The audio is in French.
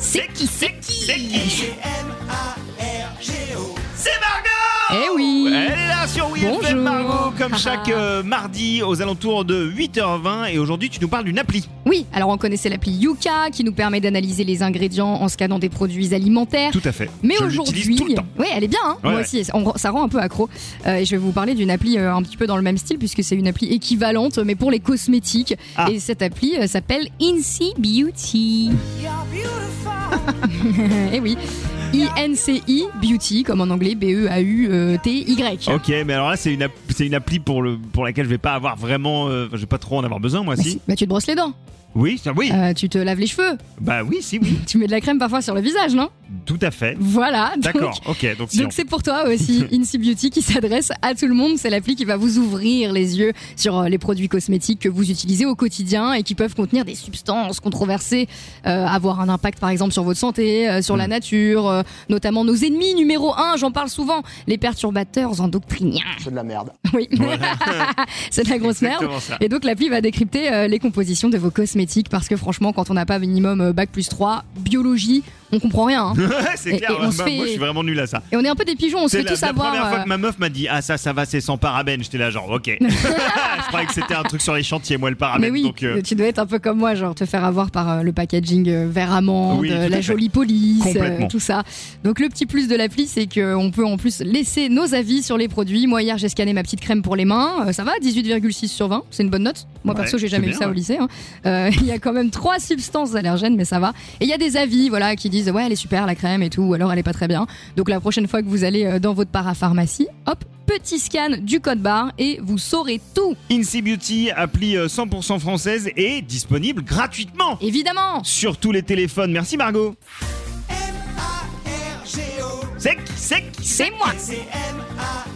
C'est qui C'est qui M-A-R-G-O. C'est Margot Eh oui Elle est là sur Oui, Bonjour. Ah, FM, Margot, comme chaque euh, mardi aux alentours de 8h20. Et aujourd'hui, tu nous parles d'une appli. Oui, alors on connaissait l'appli Yuka qui nous permet d'analyser les ingrédients en scannant des produits alimentaires. Tout à fait. Mais Je l'utilise aujourd'hui, tout le temps. ouais, elle est bien. Hein Ouais, Moi ouais. aussi, on- ça rend un peu accro. Euh, et je vais vous parler d'une appli euh, un petit peu dans le même style puisque c'est une appli équivalente, mais pour les cosmétiques. Ah. Et cette appli euh, s'appelle Incy Beauty. You're beautiful. Eh oui, I-N-C-I Beauty, comme en anglais E B-E-A-U-T-Y. Ok, mais alors là, c'est une, app- c'est une appli pour, le, pour laquelle je vais pas avoir vraiment. euh, enfin, je vais pas trop en avoir besoin, moi, Bah, si. si, bah, tu te brosses les dents, Oui, ça, oui. euh, tu te laves les cheveux, Bah oui, si, oui. tu mets de la crème parfois sur le visage, non Tout à fait. Voilà. donc- D'accord, ok, donc si on- Donc c'est pour toi aussi, Incy Beauty qui s'adresse à tout le monde. C'est l'appli qui va vous ouvrir les yeux sur euh, les produits cosmétiques que vous utilisez au quotidien et qui peuvent contenir des substances controversées, euh, avoir un impact par exemple sur votre santé, euh, sur la Hmm. nature, euh, notamment nos ennemis numéro un. J'en parle souvent, les perturbateurs endocriniens. C'est de la merde. Oui, Voilà. c'est de la grosse merde. Exactement ça. Et donc l'appli va décrypter euh, les compositions de vos cosmétiques parce que franchement quand on n'a pas minimum euh, bac plus 3 biologie on comprend rien hein. c'est et- clair, et on ouais, se bah, fait- moi je suis vraiment nul à ça. et on est un peu des pigeons on se C'est fait la, tout la savoir première fois euh, que ma meuf m'a dit Ah, ça, ça va, c'est sans parabène. J'étais là, genre, ok. je croyais que c'était un truc sur les chantiers, moi, le parabène. mais oui, donc, euh, tu dois être un peu comme moi, genre te faire avoir par euh, le packaging euh, vert amande, Oui, tout euh, à la fait. jolie police, euh, Complètement. tout ça. Donc le petit plus de l'appli, c'est qu'on peut en plus laisser nos avis sur les produits. Moi hier, j'ai scanné ma petite crème pour les mains, Euh, ça va, 18,6 sur 20, c'est une bonne note. Moi Ouais, perso, j'ai c'est jamais eu bien, ça au ouais. lycée. hein. Euh, Il y a quand même trois substances allergènes, mais ça va. Et il y a des avis, voilà, qui disent ouais, elle est super la crème et tout, ou alors elle est pas très bien. Donc la prochaine fois que vous allez euh, dans votre parapharmacie, hop, petit scan du code barre et vous saurez tout, Incy Beauty, appli euh, 100% française et disponible gratuitement évidemment. sur tous les téléphones. Merci Margot. M-A-R-G-O. Sec, sec, C'est moi. Ah. C'est M-A-R-G-O.